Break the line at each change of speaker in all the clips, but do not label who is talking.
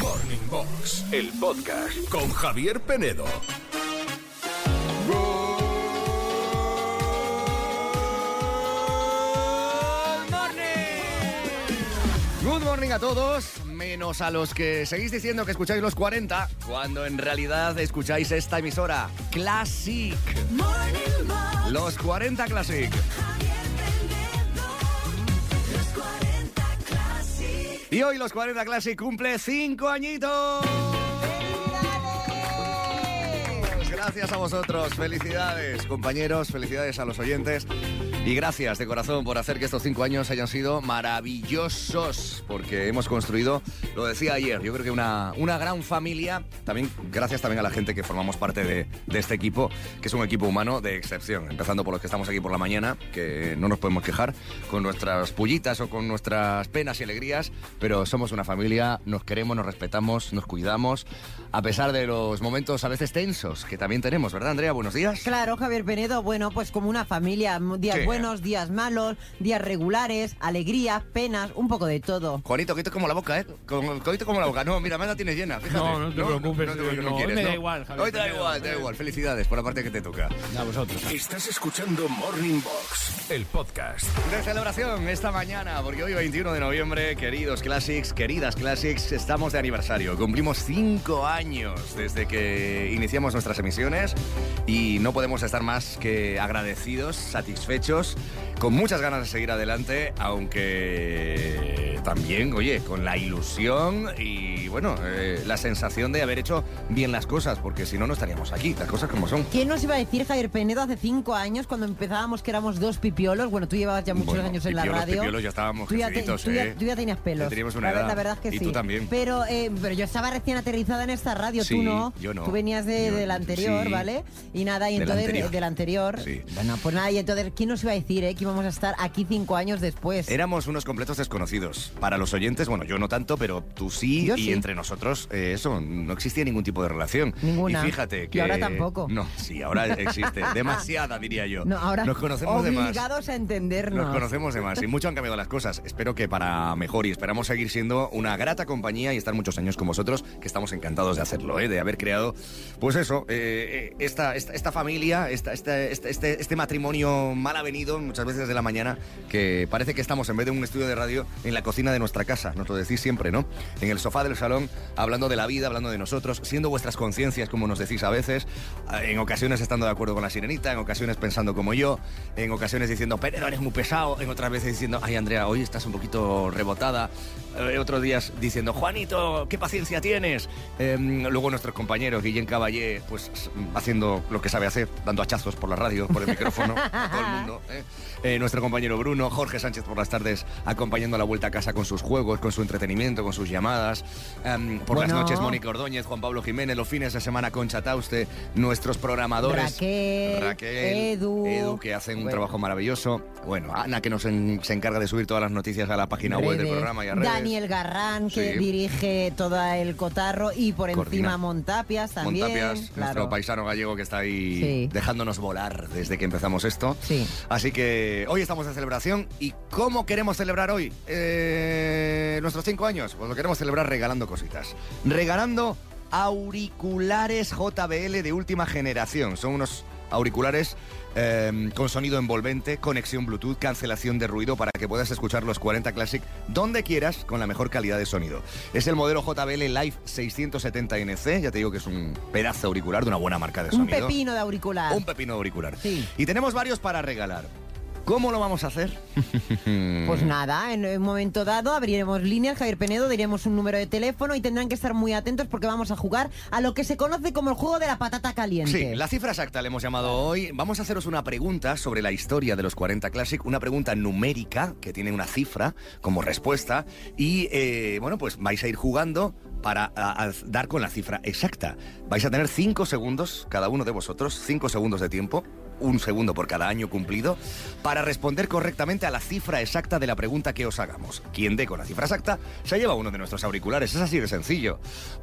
Morning Box, el podcast con Javier Penedo.
Good morning a todos, menos a los que seguís diciendo que escucháis los 40, cuando en realidad escucháis esta emisora Classic. Los 40 Classic. Y hoy los 40 Classic cumple 5 añitos. Gracias a vosotros, felicidades compañeros, felicidades a los oyentes y gracias de corazón por hacer que estos cinco años hayan sido maravillosos porque hemos construido, lo decía ayer, yo creo que una, una gran familia, también gracias también a la gente que formamos parte de, de este equipo, que es un equipo humano de excepción, empezando por los que estamos aquí por la mañana, que no nos podemos quejar con nuestras pullitas o con nuestras penas y alegrías, pero somos una familia, nos queremos, nos respetamos, nos cuidamos, a pesar de los momentos a veces tensos que también tenemos, ¿verdad Andrea? Buenos días.
Claro, Javier Penedo, bueno, pues como una familia, días
Sí.
buenos, días malos, días regulares, alegrías, penas, un poco de todo.
Juanito, que esto es como la boca, ¿eh? Con- Cogiste como la boca. No, mira, más la tienes llena, fíjate.
No, no te preocupes,
No, te-
eh,
no
no, hoy
quieres,
me da
¿no?
igual, Javier,
Hoy te da
me da
igual, te da
igual. eh.
igual. Felicidades por la parte que te toca.
A vosotros.
Estás escuchando Morning Box, el podcast.
De celebración esta mañana, porque hoy 21 de noviembre, queridos Classics, queridas Classics, estamos de aniversario. Cumplimos 5 años desde que iniciamos nuestras emisiones y no podemos estar más que agradecidos, satisfechos, con muchas ganas de seguir adelante, aunque también, oye, con la ilusión y, bueno, eh, la sensación de haber hecho bien las cosas, porque si no, no estaríamos aquí, las cosas como son.
¿Quién nos iba a decir, Javier Penedo, hace cinco años, cuando empezábamos que éramos dos pipiolos? Bueno, tú llevabas ya muchos
Bueno,
años en la
pipiolos,
radio.
pipiolos, ya estábamos
tú ya, te-
creciditos,
tú ya-
¿eh?
tú ya tenías pelos.
Ya teníamos una
la, ver-
edad.
la verdad es que
Y
sí.
tú también.
Pero, eh, pero yo estaba recién aterrizada en esta radio,
Sí,
tú no.
yo no.
Tú venías de,
Yo-
del anterior,
sí.
¿vale? Y nada, y
Del
entonces
anterior.
del anterior.
Sí.
Bueno, pues nada, y entonces, ¿quién nos iba a decir, eh, que íbamos a estar aquí cinco años después?
Éramos unos completos desconocidos. Para los oyentes, bueno, yo no tanto, pero tú sí.
Yo
y
sí.
entre nosotros, eh, eso, no existía ningún tipo de relación.
Ninguna.
Y fíjate
Y
que.
ahora tampoco.
No, sí, ahora existe. Demasiada, diría yo.
No, ahora
Nos conocemos de más.
obligados a entendernos.
Nos conocemos de más y mucho han cambiado las cosas. Espero que para mejor y esperamos seguir siendo una grata compañía y estar muchos años con vosotros, que estamos encantados de hacerlo, ¿eh? de haber creado, pues eso, eh, eh, esta, esta, esta familia, esta, esta- este, este, este matrimonio mal avenido muchas veces de la mañana, que parece que estamos en vez de un estudio de radio en la cocina de nuestra casa, nos lo decís siempre, ¿no? En el sofá del salón, hablando de la vida, hablando de nosotros, siendo vuestras conciencias, como nos decís a veces, en ocasiones estando de acuerdo con la sirenita, en ocasiones pensando como yo, en ocasiones diciendo, pero eres muy pesado, en otras veces diciendo, ay Andrea, hoy estás un poquito rebotada, eh, otros días diciendo, Juanito, qué paciencia tienes. Em, luego nuestros compañeros, Guillén Caballé, pues s- haciendo lo que sabe hacer, dando hachazos por la radio, por el micrófono, a todo el mundo. ¿eh? Eh, nuestro compañero Bruno, Jorge Sánchez por las tardes, acompañando a la vuelta a casa con sus juegos, con su entretenimiento, con sus llamadas. Em, por las
Bueno.
noches, Mónica Ordóñez, Juan Pablo Jiménez, los fines de semana, Concha Tauste, nuestros programadores.
Raquel,
Raquel,
Edu.
que hacen un
Bueno.
trabajo maravilloso. Bueno, Ana, que nos en- se encarga de subir todas las noticias a la página web del
Redes.
programa y a redes.
Daniel Garrán, que
Sí.
dirige todo el cotarro, y por
Coordina.
encima Montapias también.
Montapias,
claro.
nuestro paisano gallego que está ahí
Sí.
dejándonos volar desde que empezamos esto.
Sí.
Así que hoy estamos de celebración. ¿Y cómo queremos celebrar hoy eh, nuestros cinco años? Pues lo queremos celebrar regalando cositas. Regalando auriculares JBL de última generación. Son unos auriculares eh, con sonido envolvente, conexión Bluetooth, cancelación de ruido para que puedas escuchar los 40 Classic donde quieras con la mejor calidad de sonido. Es el modelo JBL Live 670NC. Ya te digo que es un pedazo de auricular de una buena marca de
Un
sonido.
pepino de auricular.
Un pepino auricular.
Sí.
Y tenemos varios para regalar. ¿Cómo lo vamos a hacer?
Pues nada, en un momento dado abriremos líneas, Javier Penedo, diremos un número de teléfono y tendrán que estar muy atentos porque vamos a jugar a lo que se conoce como el juego de la patata caliente.
Sí, la cifra exacta le hemos llamado hoy. Vamos a haceros una pregunta sobre la historia de los 40 Classic, una pregunta numérica que tiene una cifra como respuesta y eh, bueno, pues vais a ir jugando para a- a dar con la cifra exacta. Vais a tener 5 segundos, cada uno de vosotros, 5 segundos de tiempo, un segundo por cada año cumplido, para responder correctamente a la cifra exacta de la pregunta que os hagamos. Quien dé con la cifra exacta se lleva uno de nuestros auriculares, es así de sencillo.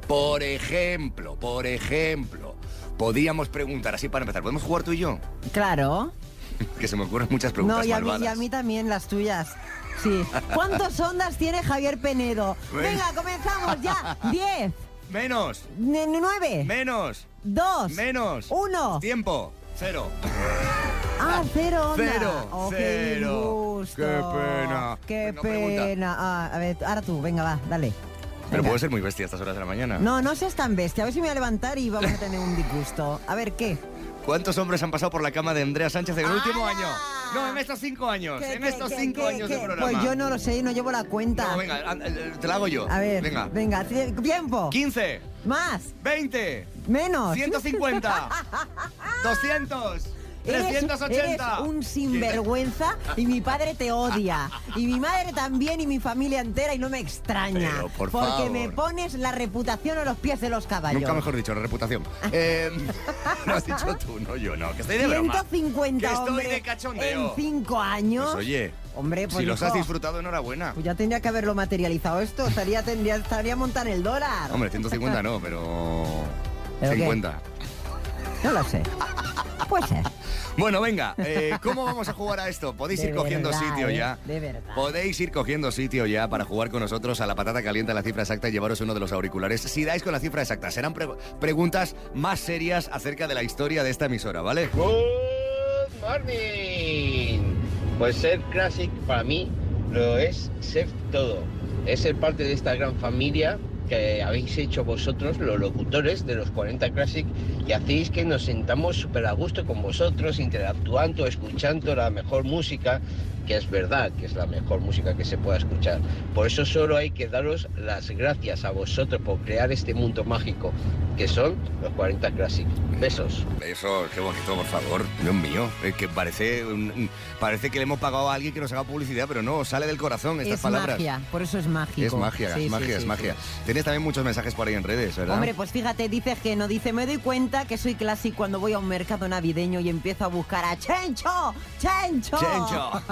Por ejemplo, por ejemplo, podíamos preguntar así para empezar. ¿Podemos jugar tú y yo?
Claro.
Que se me ocurren muchas preguntas
No, y a, mí,
malvadas.
y a mí también las tuyas. Sí. ¿Cuántas ondas tiene Javier Penedo?
Bueno.
Venga, comenzamos ya. 10,
Menos.
Ne- Nueve.
Menos.
dos.
Menos.
Uno.
Tiempo. Cero.
Ah, cero. onda.
Cero,
Oh, qué
cero.
disgusto.
Qué pena.
Qué
Venga, pregunta.
pena. Ah, a ver, ahora tú, venga, va, dale.
Pero
Venga.
puede ser muy bestia a estas horas de la mañana.
No, no seas tan bestia. A ver si me voy a levantar y vamos a tener un disgusto. A ver, ¿qué?
¿Cuántos hombres han pasado por la cama de Andrea Sánchez en el último
¡Hala!
año? No, en estos cinco años.
¿Qué,
en
qué,
estos
qué,
cinco
qué,
años
qué?
de programa.
Pues yo no lo sé, no llevo la cuenta.
No, venga, an- eh, te la hago yo.
A ver,
Venga.
venga ti- tiempo.
15,
Más,
20,
menos.
150, 200,
Eres- Eres,
380.
un sinvergüenza y mi padre te odia. Y mi madre también y mi familia entera y no me extraña.
Pero, por
porque
favor.
me pones la reputación a los pies de los caballos.
eh, Nunca mejor dicho, la reputación. Eh, lo has dicho tú, no yo, no. Que estoy de broma.
150
Que estoy
hombres
de cachondeo.
en 5 años.
Pues oye,
hombre, pues
si los
hijo,
has disfrutado, enhorabuena.
pues ya tendría que haberlo materializado esto. Estaría, tendría, estaría montando el dólar.
Hombre, 150 no, pero...
¿Pero qué?
50.
No lo sé. Puede ser.
Bueno, venga, eh, ¿cómo vamos a jugar a esto? Podéis
De
ir cogiendo
verdad,
sitio
eh,
ya.
de verdad.
Podéis ir cogiendo sitio ya para jugar con nosotros a la patata caliente, a la cifra exacta y llevaros uno de los auriculares. Si dais con la cifra exacta, serán pre- preguntas más serias acerca de la historia de esta emisora, ¿vale?
Good morning. Pues ser Classic para mí lo es ser todo. Es ser parte de esta gran familia que habéis hecho vosotros, los locutores de los 40 Classic, y hacéis que nos sentamos súper a gusto con vosotros, interactuando, escuchando la mejor música, que es verdad que es la mejor música que se pueda escuchar. Por eso solo hay que daros las gracias a vosotros por crear este mundo mágico, que son los 40 Classic. Besos.
Eso, qué bonito, por favor. Dios mío, es que parece, un- parece que le hemos pagado a alguien que nos haga publicidad, pero no, sale del corazón estas
es
palabras.
magia, por eso es mágico.
Es magia,
Sí,
es
sí,
magia,
sí,
es
sí.
magia. Tenéis también muchos mensajes por ahí en redes, ¿verdad?
Hombre, pues fíjate, dice que no dice, me doy cuenta que soy clásico cuando voy a un mercado navideño y empiezo a buscar a Chencho, Chencho. ¡Oh!
Chencho.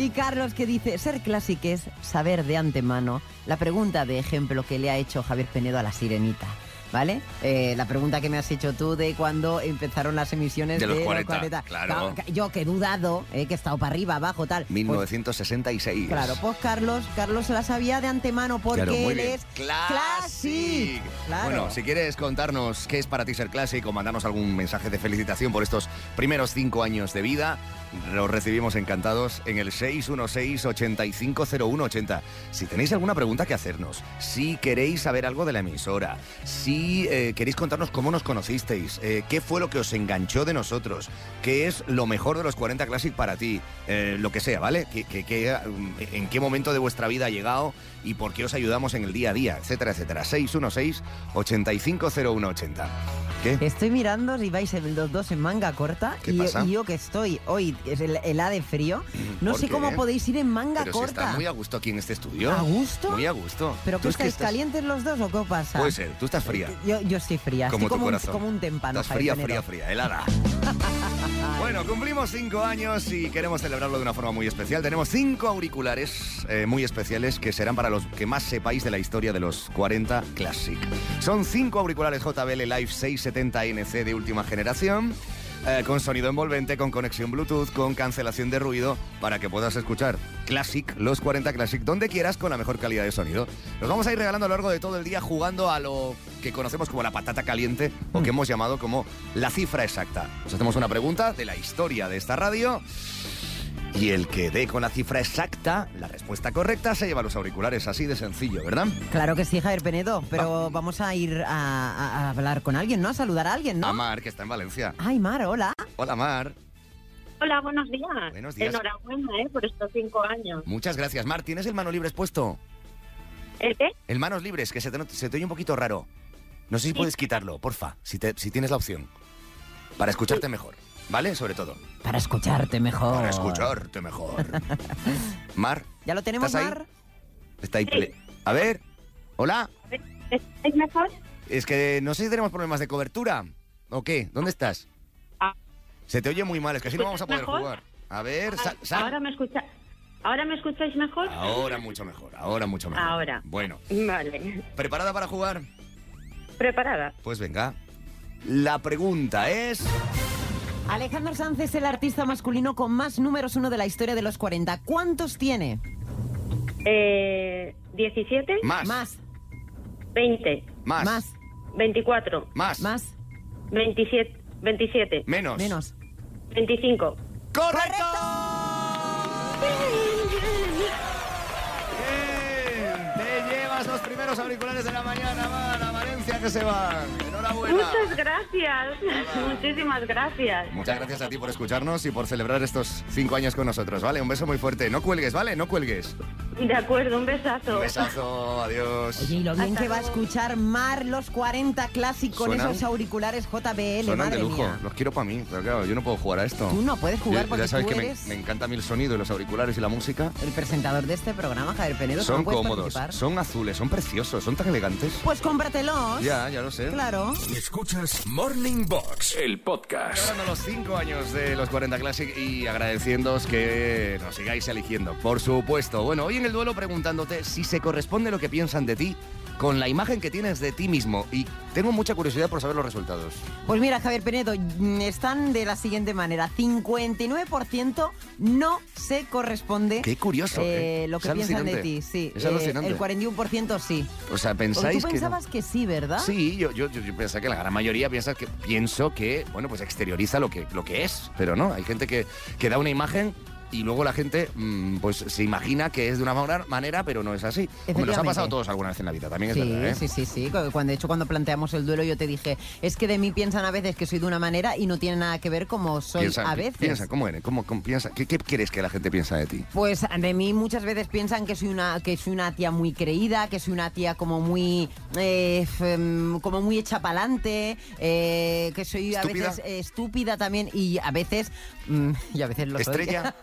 y Carlos que dice, ser clásico es saber de antemano la pregunta de ejemplo que le ha hecho Javier Penedo a la sirenita. ¿Vale? Eh, la pregunta que me has hecho tú de cuando empezaron las emisiones
De
de,
los 40, claro.
Ca- ca- Yo que he dudado, eh, que he estado para arriba, abajo, tal. Pues,
1966.
Claro, pues Carlos, Carlos se la sabía de antemano porque
Claro, muy
él
bien.
es
Classic.
Classic. Claro.
Bueno, si quieres contarnos qué es para ti ser Classic o mandarnos algún mensaje de felicitación por estos primeros cinco años de vida, los recibimos encantados en el 616-850180. Si tenéis alguna pregunta que hacernos, si queréis saber algo de la emisora, si eh, queréis contarnos cómo nos conocisteis, eh, qué fue lo que os enganchó de nosotros, qué es lo mejor de los 40 Classic para ti, eh, lo que sea, ¿vale? Que, que- que, um, en qué momento de vuestra vida ha llegado y por qué os ayudamos en el día a día, etcétera, etcétera. 616-850180. ¿Qué?
Estoy mirando si vais en- los dos en manga corta
¿Qué
y,
pasa?
y yo que estoy hoy es el, el A de frío, no
¿Por
sé
qué?
cómo podéis ir en manga
Pero si
corta.
estás muy a gusto aquí en este estudio.
¿A gusto?
Muy a gusto.
Pero
Tú
que
es que
estáis
estás-
calientes Eh, los dos o qué os pasa?
Puede ser, tú estás fría.
Yo, yo estoy fría,
Como
estoy
tu
como
corazón.
un, como un témpano.
Estás
Javier
fría,
Penedo.
fría, fría, helada. Bueno, cumplimos cinco años y queremos celebrarlo de una forma muy especial. Tenemos cinco auriculares eh, muy especiales que serán para los que más sepáis de la historia de los 40 Classic. Son cinco auriculares JBL Live 670NC de última generación. eh, con sonido envolvente, con conexión Bluetooth, con cancelación de ruido, para que puedas escuchar Classic, los 40 Classic, donde quieras, con la mejor calidad de sonido. Los vamos a ir regalando a lo largo de todo el día jugando a lo que conocemos como la patata caliente o que hemos llamado como la cifra exacta. Os hacemos una pregunta de la historia de esta radio y el que dé con la cifra exacta, la respuesta correcta, se lleva los auriculares. Así de sencillo, ¿verdad?
Claro que sí, Javier Penedo, pero vamos a ir a, a- a hablar con alguien, ¿no? A saludar a alguien, ¿no?
A Mar, que está en Valencia.
Ay, Mar, hola.
Hola, Mar.
Hola, buenos días.
Buenos días.
Enhorabuena eh, por estos cinco años.
Muchas gracias, Mar. ¿Tienes el mano libre puesto?
¿El ¿Eh, qué?
El manos libres, que se te, not- se te oye un poquito raro. No sé si puedes quitarlo, porfa, si, te- si tienes la opción. Para escucharte mejor, ¿vale? Sobre todo.
Para escucharte
Oh.
mejor.
Para escucharte mejor. Mar,
¿Ya lo tenemos,
¿Estás ahí?
Mar?
está ahí.
Sí.
pele- A ver, hola.
¿Es mejor?
Es que no sé si tenemos problemas de cobertura. ¿O qué? ¿Dónde estás?
Ah.
Se te oye muy mal, es que así no vamos a poder
¿Mejor? Ah,
jugar. A ver, sa- sa- Ah.
¿Ahora me, escucha... ¿Ahora me escucháis mejor?
Ahora mucho mejor, ahora mucho mejor.
Ahora.
Bueno,
Vale.
¿preparada para jugar?
¿Preparada?
Pues venga. La pregunta es...
Alejandro Sanz es el artista masculino con más números uno de la historia de los 40. ¿Cuántos tiene?
Eh, ¿17?
Más.
Más.
20,
Más.
Más.
24,
Más.
Más.
27, 27,
Menos.
Menos.
25.
¡Correcto! Bien, Te llevas los primeros auriculares de la mañana, van a Valencia que se van. Enhorabuena.
Muchas gracias. Muchísimas gracias.
Muchas gracias a ti por escucharnos y por celebrar estos cinco años con nosotros, ¿vale? Un beso muy fuerte. No cuelgues, ¿vale? No cuelgues.
De acuerdo, un
Un
besazo.
besazo, adiós.
Oye, y lo bien
Hasta
que va a
luego.
escuchar Mar los 40 clásicos con
Suenan-
esos auriculares JBL,
Sonan
madre
de lujo,
mía.
los quiero para mí, pero claro, yo no puedo jugar a esto.
Tú no puedes jugar
Yo-
porque
ya sabes
tú
que me-
eres-
me, encanta a mí el sonido y los auriculares y la música.
El presentador de este programa, Javier Penedo,
Son
¿no puedes
cómodos,
participar?
son azules, son preciosos, son tan elegantes.
Pues cómpratelos.
Ya, ya lo sé.
Claro.
Escuchas Morning Box, el podcast.
Celebrando los cinco años de los 40 Classic y agradeciéndoos que nos sigáis eligiendo, por supuesto. Bueno, hoy en el duelo preguntándote si se corresponde lo que piensan de ti con la imagen que tienes de ti mismo. Y tengo mucha curiosidad por saber los resultados.
Pues mira, Javier Penedo, mm, están de la siguiente manera. 59% no se corresponde.
Qué curioso, ¿eh?
Lo
Es
que piensan de
alucinante.
ti, sí.
Es
Eh,
alucinante.
el 41% sí.
O sea,
Porque
pensáis
tú
que... no?
pensabas que, sí, ¿verdad?
Sí, yo, yo, yo, yo pensaba que la gran mayoría piensa que pienso que, bueno, pues exterioriza lo que, lo que es, pero no, hay gente que, que da una imagen y luego la gente mm, pues se imagina que es de una mala manera, pero no es así. Hombre, nos ha
Efectivamente.
pasado a todos alguna vez en la vida, también es
Sí,
verdad, ¿eh?
sí, sí, sí. Cu- Cuando, de hecho, cuando planteamos el duelo, yo te dije, es que de mí piensan a veces que soy de una manera y no tiene nada que ver como soy
Piensa-
a
pi-
veces.
Piensa, ¿cómo eres? ¿Cómo, cómo piensa? ¿Qué, qué crees que la gente piensa de ti?
Pues de mí muchas veces piensan que soy una que soy una tía muy creída, que soy una tía como muy eh, f- em, como muy hecha pa'lante, eh, que soy a
¿Estúpida?
veces eh, estúpida también y a veces mm, y a veces lo soy.
¿Estrella?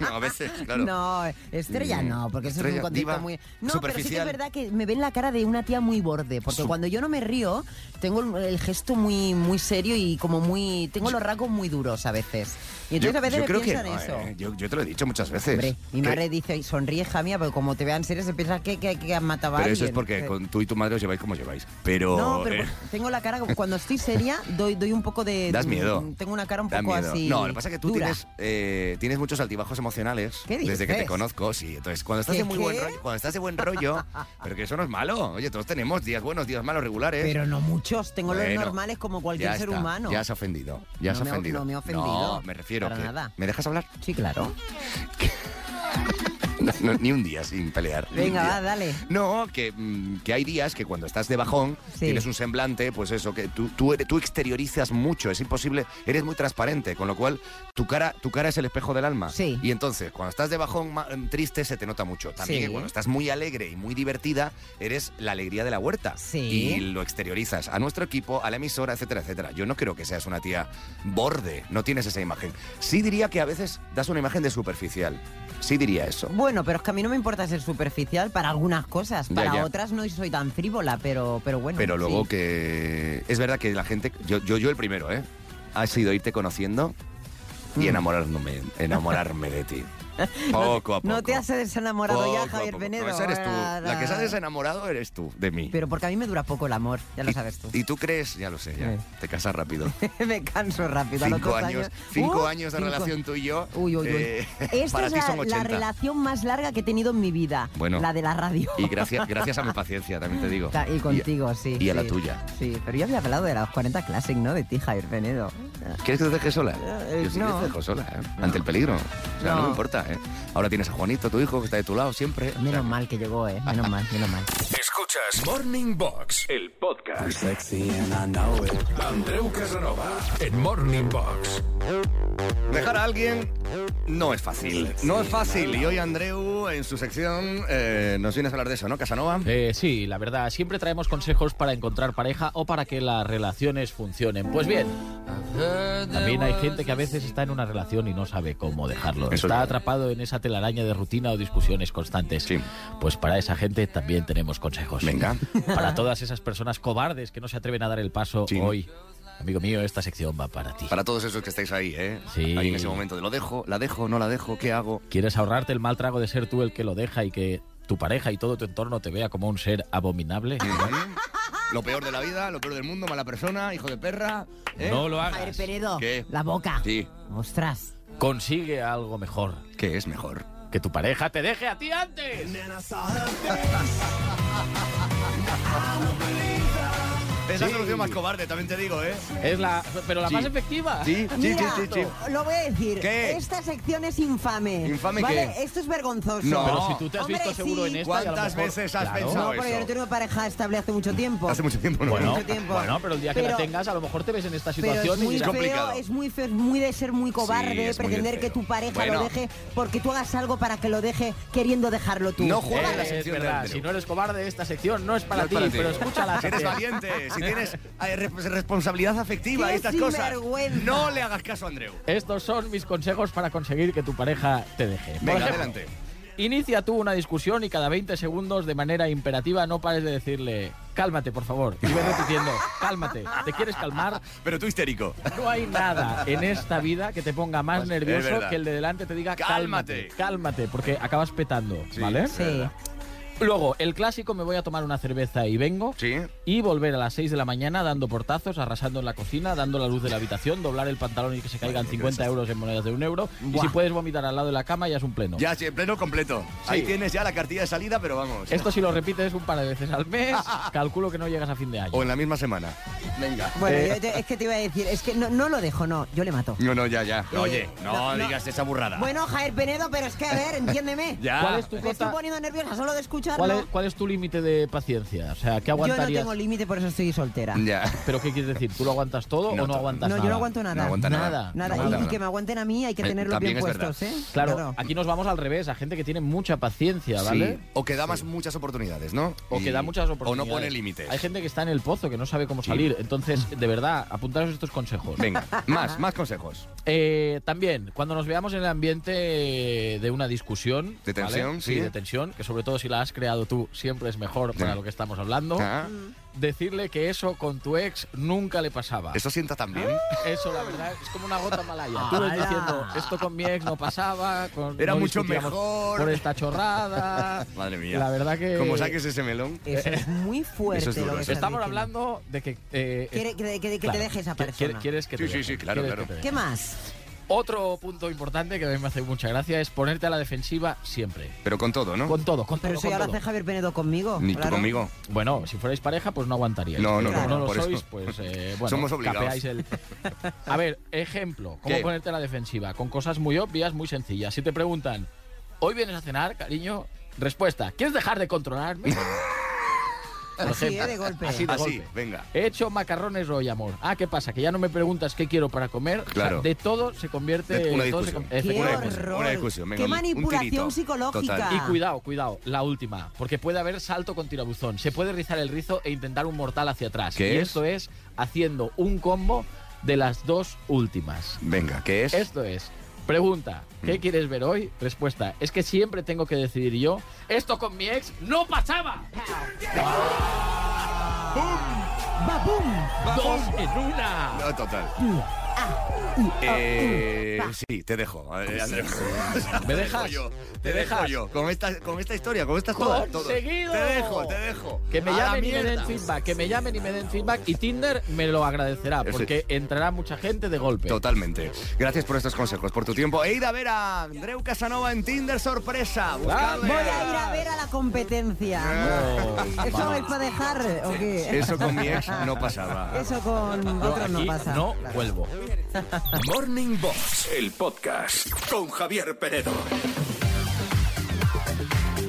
no, a veces, claro.
No, estrella
Mm,
no, porque eso es
estrella,
un concepto
diva,
muy. No, pero sí que es
superficial.
verdad que me ven la cara de una tía muy borde, porque
Su-
cuando yo no me río, tengo el, el gesto muy, muy serio y como muy. Tengo los rasgos muy duros a veces. Y entonces a veces me
creo que
piensan
no,
eso.
¿eh? Yo, yo te lo he dicho muchas veces.
Hombre, mi
Que-
madre dice, sonríe, hija mía, porque como te vean serio se piensa que, que, que han matado a
Pero
alguien.
eso es porque
Eh,
con tú y tu madre os lleváis como lleváis. Pero...
No, pero
eh,
pues, tengo la cara, como- cuando estoy seria, doy, doy un poco de... mm,
Das miedo.
Tengo una cara un
Da
poco
miedo.
así...
No, lo que pasa es que tú
dura.
tienes, eh, tienes muchos altibajos emocionales
¿Qué
desde que te
dices?
conozco, sí. Entonces, cuando estás
¿Qué,
de muy buen
qué?
rollo, cuando estás de buen rollo, pero que eso no es malo. Oye, todos tenemos días buenos, días malos, regulares.
Pero no muchos, tengo los
Bueno,
normales como cualquier
ya
ser
está,
humano.
Ya has ofendido, ya has
No me-
ofendido.
no me he ofendido,
No, me refiero
para
que-
nada.
¿Me dejas hablar?
Sí, claro.
No, no, ni un día sin pelear. ni un
Venga,
día.
va, dale.
No, que, mm, que hay días que cuando estás de bajón,
Sí.
tienes un semblante, pues eso, que tú, tú, eres- tú exteriorizas mucho, es imposible, eres muy transparente, con lo cual tu cara, tu cara es el espejo del alma.
Sí.
Y entonces, cuando estás de bajón ma- em, triste, se te nota mucho. También
Sí.
que cuando estás muy alegre y muy divertida, eres la alegría de la huerta.
Sí.
Y lo exteriorizas a nuestro equipo, a la emisora, etcétera, etcétera. Yo no creo que seas una tía borde, no tienes esa imagen. Sí diría que a veces das una imagen de superficial. Sí diría eso.
Bueno, pero es que a mí no me importa ser superficial para algunas cosas.
Ya,
Para
ya.
otras no soy tan frívola, pero, pero bueno.
Pero luego
sí.
que es verdad que la gente, yo, yo, yo el primero, ¿eh? Ha sido irte conociendo y
Mm.
enamorarme, enamorarme de ti. Poco a poco.
No te has desenamorado ya,
Poco a
Javier
poco.
Penedo.
No, esa eres tú. La que se ha
Ahora-
desenamorado eres tú, de mí.
Pero porque a mí me dura poco el amor, ya lo
Y-
sabes tú.
Y, tú crees, ya lo sé, ya.
Eh.
Te casas rápido.
me canso rápido. a los
Cinco
dos
años, cinco
¡Uh!
años de
Cinco-
relación tú y yo.
Uy, uy, uy.
eh,
Esta
para
es
ti
la,
son
la
80.
relación más larga que he tenido en mi vida.
Bueno.
La de la radio.
Y gracias, gracias a mi paciencia, también te digo.
Ta- Y contigo, sí.
y a la
sí.
tuya.
Sí, pero yo había hablado de las 40 Classic, ¿no? De ti, Javier Penedo.
¿Quieres que te deje sola?
Eh,
Yo sí
no.
que te dejo sola, ¿eh? Ante el peligro. O sea, no. me
No.
importa, ¿eh? Ahora tienes a Juanito, tu hijo, que está de tu lado siempre. O sea,
Menos mal que llegó, ¿eh? Menos mal, menos mal.
Escuchas Morning Box, el podcast. Andreu Casanova, en Morning Box.
Dejar a alguien no es fácil. No es fácil. Y hoy Andreu, en su sección, eh, nos vienes a hablar de eso, ¿no, Casanova?
Eh, sí, la verdad, siempre traemos consejos para encontrar pareja o para que las relaciones funcionen. Pues bien, también hay gente que a veces está en una relación y no sabe cómo dejarlo.
Eso es
está
verdad.
atrapado en esa telaraña de rutina o discusiones constantes.
Sí.
Pues para esa gente también tenemos consejos.
Venga.
Para todas esas personas cobardes que no se atreven a dar el paso
Sí.
hoy, amigo mío, esta sección va para ti.
Para todos esos que estáis ahí, ¿eh?
Sí.
Ahí en ese momento de lo dejo, la dejo, no la dejo, ¿qué hago?
¿Quieres ahorrarte el mal trago de ser tú el que lo deja y que tu pareja y todo tu entorno te vea como un ser abominable?
Lo peor de la vida, lo peor del mundo, mala persona, hijo de perra. ¿eh?
No lo
Javier
hagas.
Penedo,
¿Qué?
la boca.
Sí,
Ostras.
Consigue algo mejor.
que es mejor.
Que tu pareja te deje a ti antes.
Es la solución más cobarde, también te digo, ¿eh?
Es la, pero la
Sí.
más efectiva.
Sí, sí, sí,
Mira,
sí, sí.
lo voy a decir.
¿Qué?
Esta sección es infame.
¿Infame
¿vale?
qué?
Esto es vergonzoso.
No.
Pero si tú te has
Hombre,
visto seguro
sí.
en esta. y a lo
¿Cuántas
mejor-
veces has
Claro.
pensado
No, porque yo no
eso?
tengo pareja estable hace mucho tiempo.
Hace mucho tiempo no.
Bueno,
mucho tiempo.
bueno, pero el día que
Pero-
la tengas, a lo mejor te ves en esta
Pero
situación
es muy,
y dirás,
Es complicado.
feo, es muy feo, es muy de ser muy
Sí,
cobarde
es muy
pretender que
feo.
tu pareja
Bueno.
lo deje porque tú hagas algo para que lo deje queriendo dejarlo tú.
No
"Eh,
juega la
es
sección de
verdad,
Andreu.
si no eres cobarde, esta sección no es
No
para,
es
ti,
para
pero escúchala.
Si eres
también.
valiente, si tienes eh, re- responsabilidad afectiva
¡Qué
y estas cosas,
sinvergüenza!
no le hagas caso a Andreu.
Estos son mis consejos para conseguir que tu pareja te deje. Por
Venga,
ejemplo,
adelante.
Inicia tú una discusión y cada 20 segundos de manera imperativa no pares de decirle, cálmate por favor. Y ve repitiendo, cálmate, ¿te quieres calmar?
Pero tú histérico.
No hay nada en esta vida que te ponga más
Pues, es
nervioso
verdad.
que el de delante te diga
Cálmate.
cálmate, cálmate, porque acabas petando, ¿vale?
Sí.
Luego, el clásico me voy a tomar una cerveza y vengo.
Sí.
Y volver a las 6 de la mañana dando portazos, arrasando en la cocina, dando la luz de la habitación, doblar el pantalón y que se caigan
Madre, qué
50
desastre.
euros en monedas de un euro. Y
Buah.
si puedes vomitar al lado de la cama, ya es un pleno.
Ya, sí, en pleno completo. Ahí tienes ya la cartilla de salida, pero vamos.
Esto si lo repites un par de veces al mes, calculo que no llegas a fin de año.
O en la misma semana. Venga.
Bueno, yo te- es que te iba a decir, es que no, no lo dejo, no, yo le mato.
No, no, ya, ya. Oye, no,
no, no.
digas esa burrada.
Bueno, Jair Penedo, pero es que, a ver, entiéndeme.
Ya.
¿Cuál es tu
Me estoy
cota?
poniendo nerviosa solo de escucharlo.
¿Cuál es, cuál es tu límite de paciencia? O sea, ¿qué
yo no
aguantarías?
tengo límite, por eso estoy soltera.
Ya.
¿Pero qué quieres decir? ¿Tú lo aguantas todo
No,
o no
to-
aguantas
No,
nada?
yo no aguanto nada.
No aguanta nada.
Nada.
Nada,
No
y,
aguanta
y que me aguanten a mí hay que
Eh,
tenerlos
también
bien
es verdad.
puestos, ¿eh?
Claro, aquí nos vamos al revés, a gente que tiene mucha paciencia, ¿vale?
Sí. O que da más muchas oportunidades, ¿no?
O que
Y-
da muchas oportunidades.
O no pone límites.
Hay gente que está en el pozo, que no sabe cómo salir. Entonces, de verdad, apuntaros estos consejos.
Venga, más, más consejos.
Eh, también, cuando nos veamos en el ambiente de una discusión.
De tensión, sí.
de tensión, que sobre todo si la has creado tú, siempre es mejor para
Sí.
lo que estamos hablando.
Ah,
Decirle que eso con tu ex nunca le pasaba.
¿Eso sienta también?
Eso, la verdad, es como una gota malaya. Tú ves
¡Hala!
diciendo, esto con mi ex no pasaba. con-
Era
no
mucho
discutíamos
mejor.
Por esta chorrada.
Madre mía.
La verdad que.
Como saques ese melón.
Eso es muy fuerte.
Eso es duro,
lo que
eso
estás
es
Estamos
diciendo.
hablando de que. eh,
Quiere- que- que- que te deje esa
qui-
persona.
qui- Quieres que te
Sí, sí,
deje,
sí, claro,
quieres
claro.
que te deje.
¿Qué más?
Otro punto importante que a mí me hace mucha gracia es ponerte a la defensiva siempre.
Pero con todo, ¿no?
Con todo, con
Pero
todo.
eso
con
ya lo
todo.
hace Javier Penedo conmigo.
Ni tú
claro.
conmigo.
Bueno, si fuerais pareja, pues no aguantaríais.
No, no,
Pero como
no,
no lo
por eso.
sois, pues eh, bueno,
Somos obligados.
capeáis el- A ver, ejemplo, cómo
¿Qué?
ponerte a la defensiva, con cosas muy obvias, muy sencillas. Si te preguntan, ¿hoy vienes a cenar, cariño? Respuesta, ¿quieres dejar de controlarme? Por
Así,
ejemplo.
¿eh? de golpe.
Así de
Así,
golpe.
Ah, venga.
He hecho macarrones hoy, amor. Ah, ¿qué pasa? Que ya no me preguntas qué quiero para comer. O sea,
Claro.
de todo se convierte
De- una
de todo Este, se
discusión.
com-
Qué
¡Qué
Una
Efectivamente.
discusión,
horror!
una discusión, venga,
¡Qué
un- un tirito.
manipulación psicológica!
Total.
Y cuidado, cuidado, la última, porque puede haber salto con tirabuzón. Se puede rizar el rizo e intentar un mortal hacia atrás.
¿Qué
y
es?
esto es haciendo un combo de las dos últimas.
Venga, ¿qué es?
Esto es, pregunta,
Mm.
¿qué quieres ver hoy? Respuesta, es que siempre tengo que decidir yo. Esto con mi ex no pasaba.
¡Babum!
Dos en una.
No, total.
Mm.
Ah, mm.
Ah,
Eh, sí, te dejo. A ver, Andreu.
¿Me dejas?
Te dejo yo. Te
¿Me
dejo
dejas?
yo. Con esta, con esta historia, con estas todas. todas.
Conseguido.
Te dejo, te dejo.
Que me
A la
llamen y me
mierda.
den feedback, que me llamen y me den feedback y Tinder me lo agradecerá
Eso
porque entrará mucha gente de golpe.
Totalmente. Gracias por estos consejos, por tu tiempo. E ir a ver a Andreu Casanova en Tinder sorpresa. Buscadle.
Voy a ir a ver a la competencia.
Oh,
¿Eso es para dejar o qué?
Eso con mi ex no pasaba.
Eso con
Yo
otros no
aquí
pasa.
no
Claro.
vuelvo.
Morning Box, el podcast con Javier Penedo.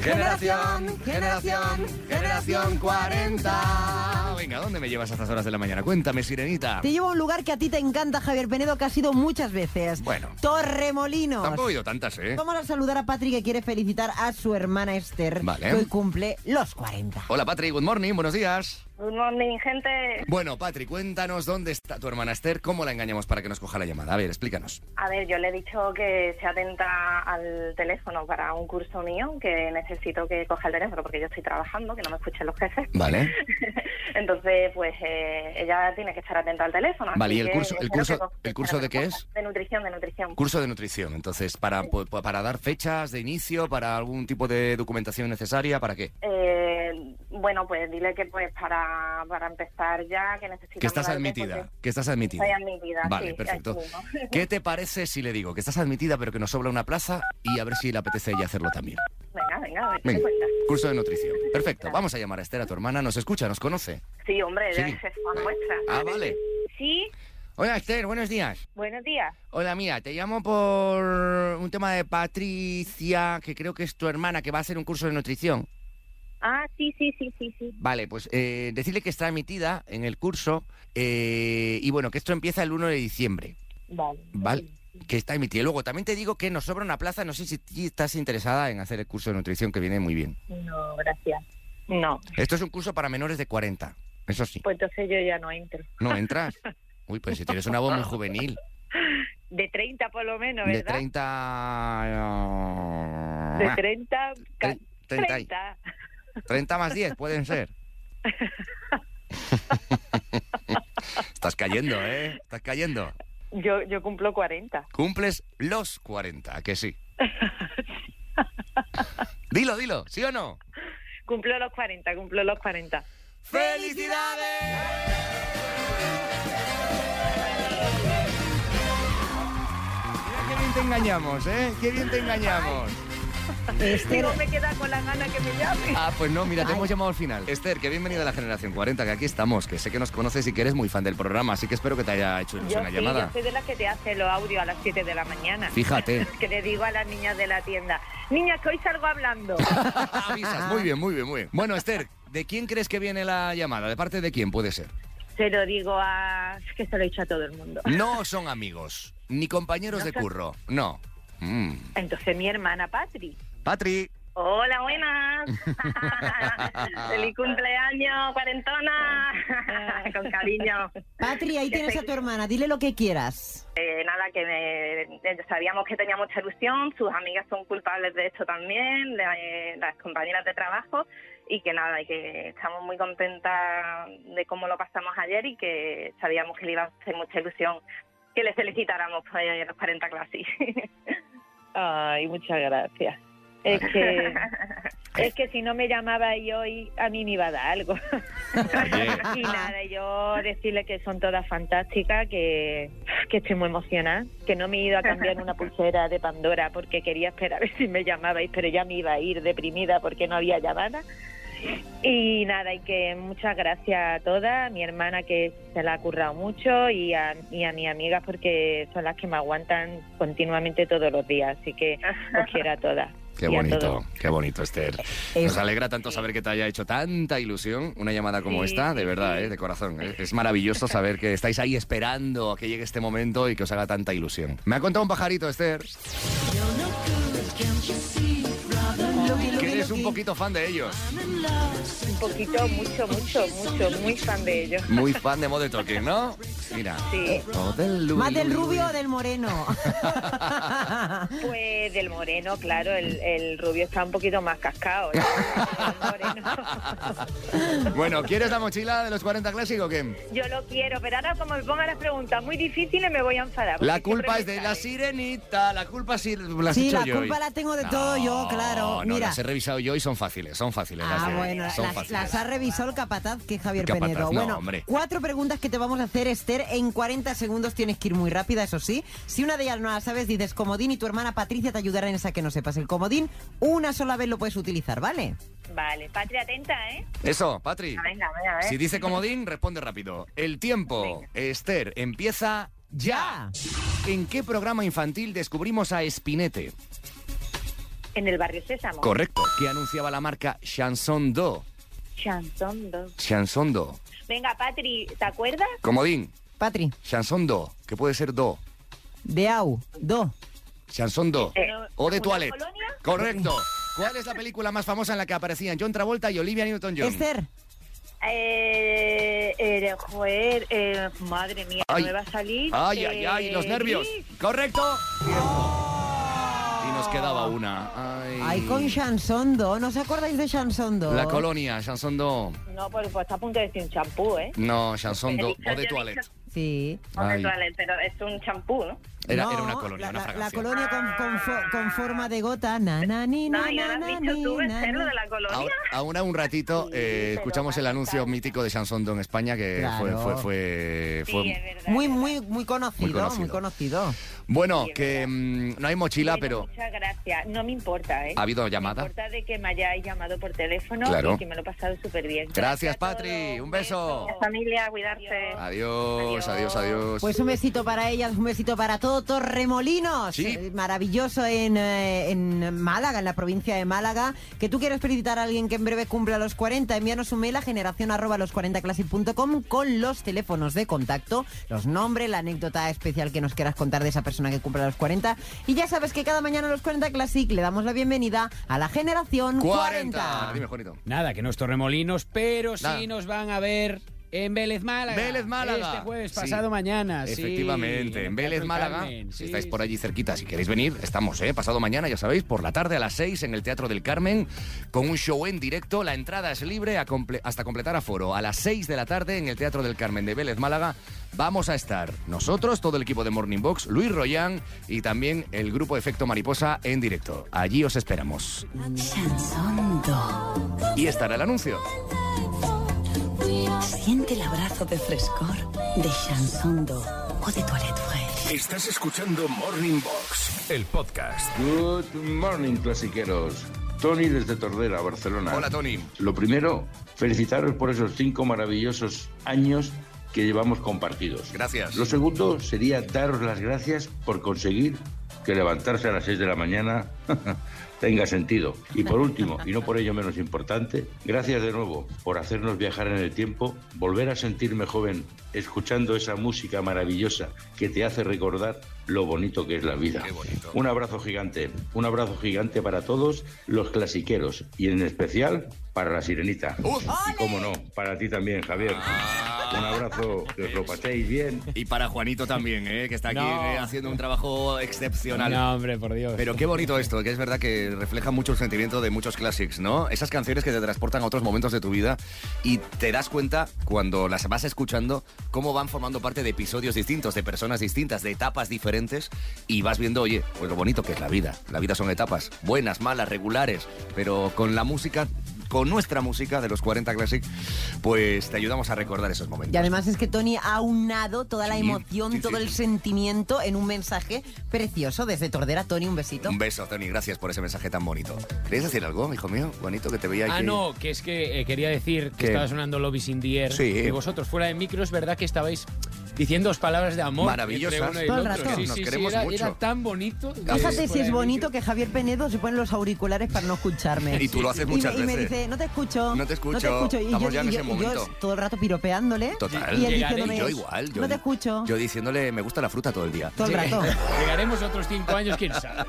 Generación, generación, generación 40.
Venga, ¿dónde me llevas a estas horas de la mañana? Cuéntame, sirenita.
Te llevo a un lugar que a ti te encanta, Javier Penedo, que has ido muchas veces.
Bueno.
Torremolinos.
Tampoco he oído tantas, ¿eh?
Vamos a saludar a Patrick que quiere felicitar a su hermana Esther,
Vale.
que hoy cumple los 40.
Hola, Patri, good morning, buenos días.
Good morning, gente.
Bueno, Patri, cuéntanos dónde está tu hermana Esther, cómo la engañamos para que nos coja la llamada. A ver, explícanos.
A ver, yo le he dicho que se atenta al teléfono para un curso mío, que necesito que coja el teléfono porque yo estoy trabajando, que no me escuchen los jefes.
Vale.
Entonces, pues eh, ella tiene que estar atenta al teléfono.
Vale,
así
¿y el
que
curso-
yo
el
espero
curso-
que coja-
el curso de qué es?
De nutrición, de nutrición.
Curso de nutrición, entonces, para, po- po- para dar fechas de inicio, para algún tipo de documentación necesaria, ¿para qué?
Eh, bueno, pues dile que pues para, para empezar ya, que necesitamos...
Que estás
algo,
admitida,
pues,
porque
que estás admitida.
Estoy admitida,
Vale,
sí,
perfecto.
así mismo.
¿Qué te parece si le digo que estás admitida pero que nos sobra una plaza y a ver si le apetece a ella hacerlo también?
Venga, Venga, venga, a ver qué
Venga,
te cuentas.
curso de nutrición. Perfecto, vamos a llamar a Esther, a tu hermana. Nos escucha, nos conoce.
Sí, hombre,
Sí.
debe ser fan nuestra.
Ah, vale.
Sí,
Hola, Esther, buenos días.
buenos días.
Hola, mía, te llamo por un tema de Patricia, que creo que es tu hermana, que va a hacer un curso de nutrición.
Ah, sí, sí, sí, sí, sí.
Vale, pues eh, decirle que está emitida en el curso eh, y bueno, que esto empieza el 1 de diciembre.
Vale.
Vale. Que está emitida. Y Luego, también te digo que nos sobra una plaza. No sé si ti estás interesada en hacer el curso de nutrición, que viene muy bien.
No, gracias. No,
Esto es un curso para menores de 40. Eso sí.
pues entonces yo ya no entro.
¿No entras? Uy, pues si tienes una voz muy juvenil.
De 30 por lo menos,
De
¿verdad?
30...
De 30, ca-
Ah. Tre- 30, y-
30.
30 más 10 pueden ser. Estás cayendo, ¿eh? Estás cayendo.
Yo, yo cumplo 40.
Cumples los 40, ¿a que sí. Dilo, dilo, ¿sí o no?
Cumplo los 40, cumplo los 40.
¡Felicidades! Mira qué bien te engañamos, ¿eh? Qué bien te engañamos.
Esther,
Digo, me queda con la gana que me llame.
Este- Ah, pues no, mira, te
Ay.
hemos llamado al final. Esther, que bienvenida a la Generación 40, que aquí estamos, que sé que nos conoces y que eres muy fan del programa, así que espero que te haya hecho
Yo,
ilusión la
sí,
llamada.
yo soy de las que te hace los audios a las 7 de la mañana.
Fíjate.
Que le digo a las niñas de la tienda, niñas, que hoy salgo hablando.
Ah, Avisas, muy bien, muy bien, muy bien. Bueno, Esther, ¿de quién crees que viene la llamada? ¿De parte de quién puede ser?
se lo digo a... Es que se lo he dicho a todo el mundo.
No son amigos, ni compañeros de curro, no. Mm.
Entonces mi hermana Patri.
Patri.
Hola, buenas. Feliz cumpleaños, cuarentona.
Ah.
Con cariño.
Patri, ahí tienes a tu hermana, dile lo que quieras.
Eh, nada, que me- eh, sabíamos que tenía mucha ilusión, sus amigas son culpables de esto también, la- eh, las compañeras de trabajo, y que nada, y que estamos muy contentas de cómo lo pasamos ayer y que sabíamos que le iba a hacer mucha ilusión que le felicitáramos por los 40 clases.
Ay, muchas gracias. Es que, es que si no me llamaba y hoy, a mí me iba a dar algo.
Oye,
Y nada, yo decirle que son todas fantásticas, que, que estoy muy emocionada, que no me he ido a cambiar una pulsera de Pandora porque quería esperar a ver si me llamabais, pero ya me iba a ir deprimida porque no había llamada. Y nada, y que muchas gracias a todas, a mi hermana que se la ha currado mucho y a, y a mis amigas porque son las que me aguantan continuamente todos los días, así que os quiero a todas.
qué
y a
bonito,
todos. Eh,
qué bonito, Esther.
Es-
Nos alegra tanto saber que te haya hecho tanta ilusión una llamada como
Sí,
esta, de
sí,
verdad,
sí.
¿eh? de corazón. ¿eh? Es maravilloso saber que estáis ahí esperando a que llegue este momento y que os haga tanta ilusión. Me ha contado un pajarito, Esther,
Loki, Loki,
que eres un
Loki.
poquito fan de ellos.
Un poquito, mucho, mucho, mucho, muy fan de ellos.
Muy fan de Model Talking, ¿no? Mira.
Sí.
Oh, del
¿Más
Louis,
del
Louis,
rubio o
Louis.
del moreno?
Pues del moreno, claro, el, el rubio está un poquito más cascado. ¿eh? El moreno.
Bueno, ¿quieres la mochila de los 40 Classic o qué?
Yo lo quiero, pero ahora como me pongan las preguntas muy difíciles me voy a enfadar.
La
porque
culpa
siempre
es de
me
la
sale.
sirenita, la culpa sí la has
Sí,
hecho
la
yo
culpa
hoy.
la tengo de todo yo, claro.
No, no,
Mira.
las he revisado yo y son fáciles, son fáciles. las
Ah,
de-
bueno,
son
las,
fáciles.
las ha revisado el capataz que es Javier
Capataz,
Penedo.
no,
bueno,
hombre.
cuatro preguntas que te vamos a hacer, Esther. En 40 segundos tienes que ir muy rápida, eso sí. Si una de ellas no la sabes, dices comodín y tu hermana Patricia te ayudará en esa que no sepas. El comodín, una sola vez lo puedes utilizar, ¿vale?
Vale, patria atenta, ¿eh?
Eso, Patri.
venga, venga, a ver.
Si dice comodín, responde rápido. El tiempo, Esther, empieza ya. ¿En qué programa infantil descubrimos a Spinete?
En el barrio Sésamo.
Correcto. ¿Qué anunciaba la marca Chanson Do?
Chanson dos.
Chanson Do.
Venga, Patri, ¿te acuerdas?
Comodín,
Patri,
Chanson Do, que puede ser Do.
de au, do.
Chanson Do.
Eh,
o de
¿una
Toilette.
colonia?
Correcto. ¿Cuál es la película más famosa en la que aparecían John Travolta y Olivia Newton-John?
Esther,
Eh, eh, joder, eh, madre mía,
Ay.
me va a salir.
Ay,
eh,
ay, ay, los nervios.
Gris.
Correcto. Y nos quedaba una. Ay,
ay, con Chansondo. ¿No os acordáis de Chansondo?
La colonia, Chanson Do.
No, pues, pues está a punto de decir un champú, ¿eh?
No, Chanson Do.
Yo
O
he
de
dicho
Toilette.
Sí.
Hombre,
Ay.
toalete, pero es un champú, ¿no?
Era,
No,
era una colonia,
la,
una
la- la
fragancia.
colonia con, con fo- con forma de gota. Na, na, ni, na,
No, y ahora
na,
has
na,
dicho tú
ni,
el
na,
cerdo
na.
de la colonia.
Ahora, ahora un ratito
Sí,
eh,
pero
escuchamos el
bastante.
anuncio mítico de Chanson en España que fue,
Claro.
fue, fue,
Sí,
fue-
es verdad,
Muy,
es verdad.
muy, muy conocido,
Muy
muy
conocido.
conocido.
Bueno,
Sí, es
que
verdad.
mm, no hay mochila,
Bueno,
pero
Muchas gracias. No me importa, ¿eh?
¿ha habido
Me
llamada?
importa de que me hayáis llamado por teléfono
Claro.
y que me lo he pasado súper bien.
Gracias,
a todos.
Patri. Un beso.
La familia, cuidarse.
Adiós, adiós,
Adiós.
adiós.
Pues un besito para ellas, un besito para todo Torremolinos.
Sí.
Eh, Maravilloso en, eh, en Málaga, en la provincia de Málaga. Que tú quieres felicitar a alguien que en breve cumpla los 40, envíanos un mail a generación arroba los 40classic.com con los teléfonos de contacto, los nombres, la anécdota especial que nos quieras contar de esa persona que cumpla los 40. Y ya sabes que cada mañana a los 40 Classic le damos la bienvenida a la generación 40.
40. Dime, Juanito.
Nada, que no es Torremolinos, pero
Nada.
sí nos van a ver en Vélez Málaga.
Vélez Málaga.
Este jueves,
Sí.
pasado mañana. sí.
Efectivamente, en Vélez
Teatro
Málaga,
Carmen,
si
sí,
estáis por
sí.
allí cerquita, si queréis venir, estamos, ¿eh? Pasado mañana, ya sabéis, por la tarde a las 6 en el Teatro del Carmen, con un show en directo. La entrada es libre a comple- hasta completar aforo. A las 6 de la tarde en el Teatro del Carmen de Vélez Málaga vamos a estar nosotros, todo el equipo de Morning Box, Luis Royán y también el grupo Efecto Mariposa en directo. Allí os esperamos.
Chanson Do.
Y estará el anuncio.
Siente el abrazo de frescor de Chanson Do o de Toilette Fresh.
Estás escuchando Morning Box, el podcast.
Good morning, clasiqueros. Tony desde Tordera, Barcelona.
Hola, Tony.
Lo primero, felicitaros por esos cinco maravillosos años que llevamos compartidos.
Gracias.
Lo segundo sería daros las gracias por conseguir que levantarse a las 6 de la mañana tenga sentido. Y por último, y no por ello menos importante, gracias de nuevo por hacernos viajar en el tiempo, volver a sentirme joven escuchando esa música maravillosa que te hace recordar lo bonito que es la vida.
Qué bonito.
Un abrazo gigante, un abrazo gigante para todos los clasiqueros y en especial para la sirenita.
¡Uh!
y cómo no, para ti también, Javier.
Ah.
Un abrazo, que os lo paséis bien.
Y para Juanito también, ¿eh? que está aquí
No.
eh, haciendo un trabajo excepcional.
No, hombre, por Dios.
Pero qué bonito esto, que es verdad que refleja mucho el sentimiento de muchos clásicos, ¿no? Esas canciones que te transportan a otros momentos de tu vida y te das cuenta cuando las vas escuchando cómo van formando parte de episodios distintos, de personas distintas, de etapas diferentes y vas viendo, oye, pues lo bonito que es la vida. La vida son etapas, buenas, malas, regulares, pero con la música con nuestra música de los 40 Classic, pues te ayudamos a recordar esos momentos.
Y además es que Tony ha unado toda la
Sí,
emoción,
sí,
todo
sí.
el sentimiento en un mensaje precioso desde Tordera. Tony, un besito.
Un beso, Tony, gracias por ese mensaje tan bonito. ¿Querías decir algo, hijo mío? Bonito que te veía ahí
Ah,
que-
no, que es que eh, quería decir que
¿Qué?
estaba sonando Lobby in the Air.
Sí.
Y vosotros, fuera de micro, es verdad que estabais diciendo palabras de amor.
Maravillosas.
entre uno y
Todo el
otro.
rato.
Sí,
Nos
sí, sí,
queremos
era,
mucho.
era tan bonito. de-
Fíjate si
fuera
es
de
bonito
micro.
que Javier Penedo se pone los auriculares para no escucharme.
Y tú lo haces
me-
muchas
y me
veces.
dice, no te escucho.
No te escucho.
Y yo-
Estamos ya en
y yo-
ese
y yo
momento.
todo el rato piropeándole.
Total.
Y él
Llegaré.
diciéndome,
yo igual. Yo,
no te escucho.
Yo diciéndole, me gusta la fruta todo el día.
todo el rato.
Llegaremos otros cinco años, quién sabe.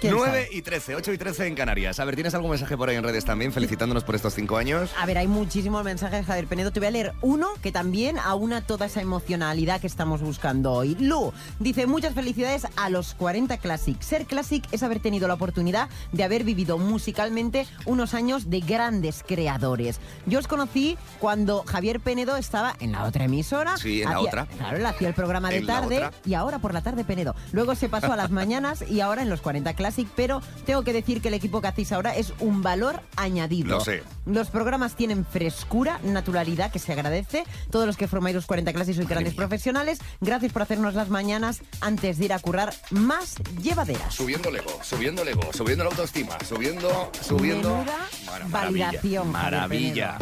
¿Quién
9
sabe?
y 13, 8 y 13 en Canarias. A ver, ¿tienes algún mensaje por ahí en redes también felicitándonos por estos cinco años?
A ver, hay muchísimos mensajes de Javier Penedo. Te voy a leer uno que también aúna toda esa emocionalidad que estamos buscando hoy. Lu dice, muchas felicidades a los 40 Classic. Ser Classic es haber tenido la oportunidad de haber vivido musicalmente unos años de grandes creadores. Yo os conocí cuando Javier Penedo estaba en la otra emisora.
Sí, en la
Hacía-
otra.
Claro, él hacía el programa de
En la
tarde
otra.
y ahora por la tarde Penedo. Luego se pasó a las mañanas y ahora en los 40 Classic, pero tengo que decir que el equipo que hacéis ahora es un valor añadido.
Lo sé.
Los programas tienen frescura, naturalidad, que se agradece. Todos los que formáis los 40 clases sois grandes
mía.
profesionales. Gracias por hacernos las mañanas antes de ir a currar más llevaderas.
Subiendo el ego, subiendo el ego, subiendo la autoestima, subiendo, subiendo.
Menuda
maravilla,
validación, Javier
Maravilla.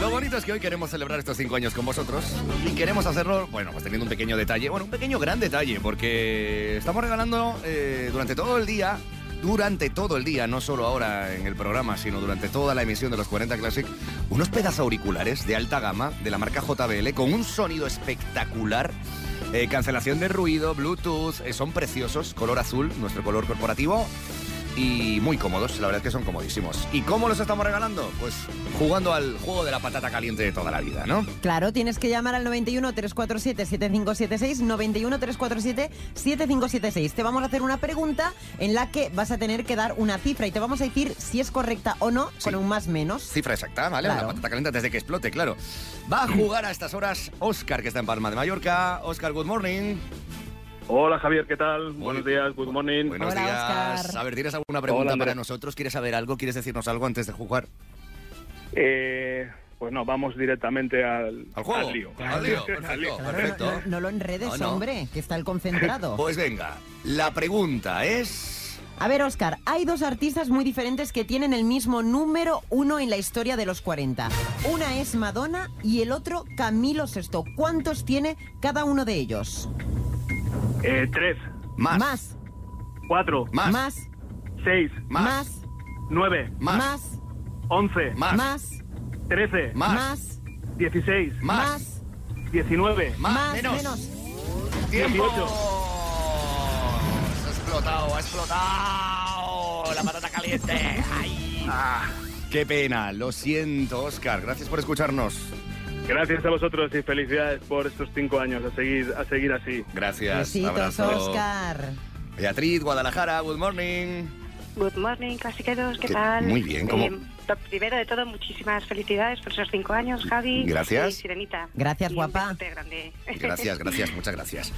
Lo bonito es que hoy queremos celebrar estos cinco años con vosotros y queremos hacerlo, bueno, pues teniendo un pequeño detalle, bueno, un pequeño gran detalle, porque estamos regalando eh, durante todo el día, durante todo el día, no solo ahora en el programa, sino durante toda la emisión de los 40 Classic, unos pedazos auriculares de alta gama de la marca JBL con un sonido espectacular. Eh, cancelación de ruido, Bluetooth, eh, son preciosos, color azul, nuestro color corporativo. Y muy cómodos, la verdad es que son comodísimos. ¿Y cómo los estamos regalando? Pues jugando al juego de la patata caliente de toda la vida, ¿no?
Claro, tienes que llamar al 91 347 7576, 91 347 7576. Te vamos a hacer una pregunta en la que vas a tener que dar una cifra y te vamos a decir si es correcta o no
Sí.
con un más menos.
Cifra exacta, ¿vale?
Claro.
La patata caliente desde que explote, claro. Va a jugar a estas horas Oscar, que está en Palma de Mallorca. Oscar, good morning.
Hola Javier, ¿qué tal? Buenos días, good morning.
Buenos días. A ver, ¿tienes alguna pregunta
Hola, Andrea.
para nosotros? ¿Quieres saber algo? ¿Quieres decirnos algo antes de jugar?
Eh, pues no, vamos directamente al,
¿Al juego?
lío.
Al lío, perfecto, perfecto.
No, no lo enredes,
No, no.
hombre, que está el concentrado.
Pues venga, la pregunta es...
A ver, Oscar, hay dos artistas muy diferentes que tienen el mismo número uno en la historia de los 40. Una es Madonna y el otro Camilo Sesto. ¿Cuántos tiene cada uno de ellos?
Eh, tres,
Más.
Más.
cuatro,
Más.
Más.
seis,
Más.
Más.
nueve,
Más.
Más.
once,
Más.
Más.
trece,
Más.
Más.
dieciséis,
Más.
diecinueve.
Más.
Más.
Menos.
Menos.
¡Tiempo!
18.
Ha explotado, ha explotado. La patata caliente. Ay. Ah, Qué pena, lo siento, Oscar. Gracias por escucharnos.
Gracias a vosotros y felicidades por estos cinco años, a seguir, a seguir así.
Gracias.
Besitos,
abrazo.
Oscar.
Beatriz, Guadalajara, good morning.
Good morning, clasiqueros, ¿qué
¿Qué-
tal? Eh,
muy bien, ¿cómo?
lo primero de todo, muchísimas felicidades por esos cinco años, Javi.
Mm, Gracias.
Y Sirenita.
Gracias,
Y un
guapa.
besote grande.
Gracias, gracias, muchas gracias.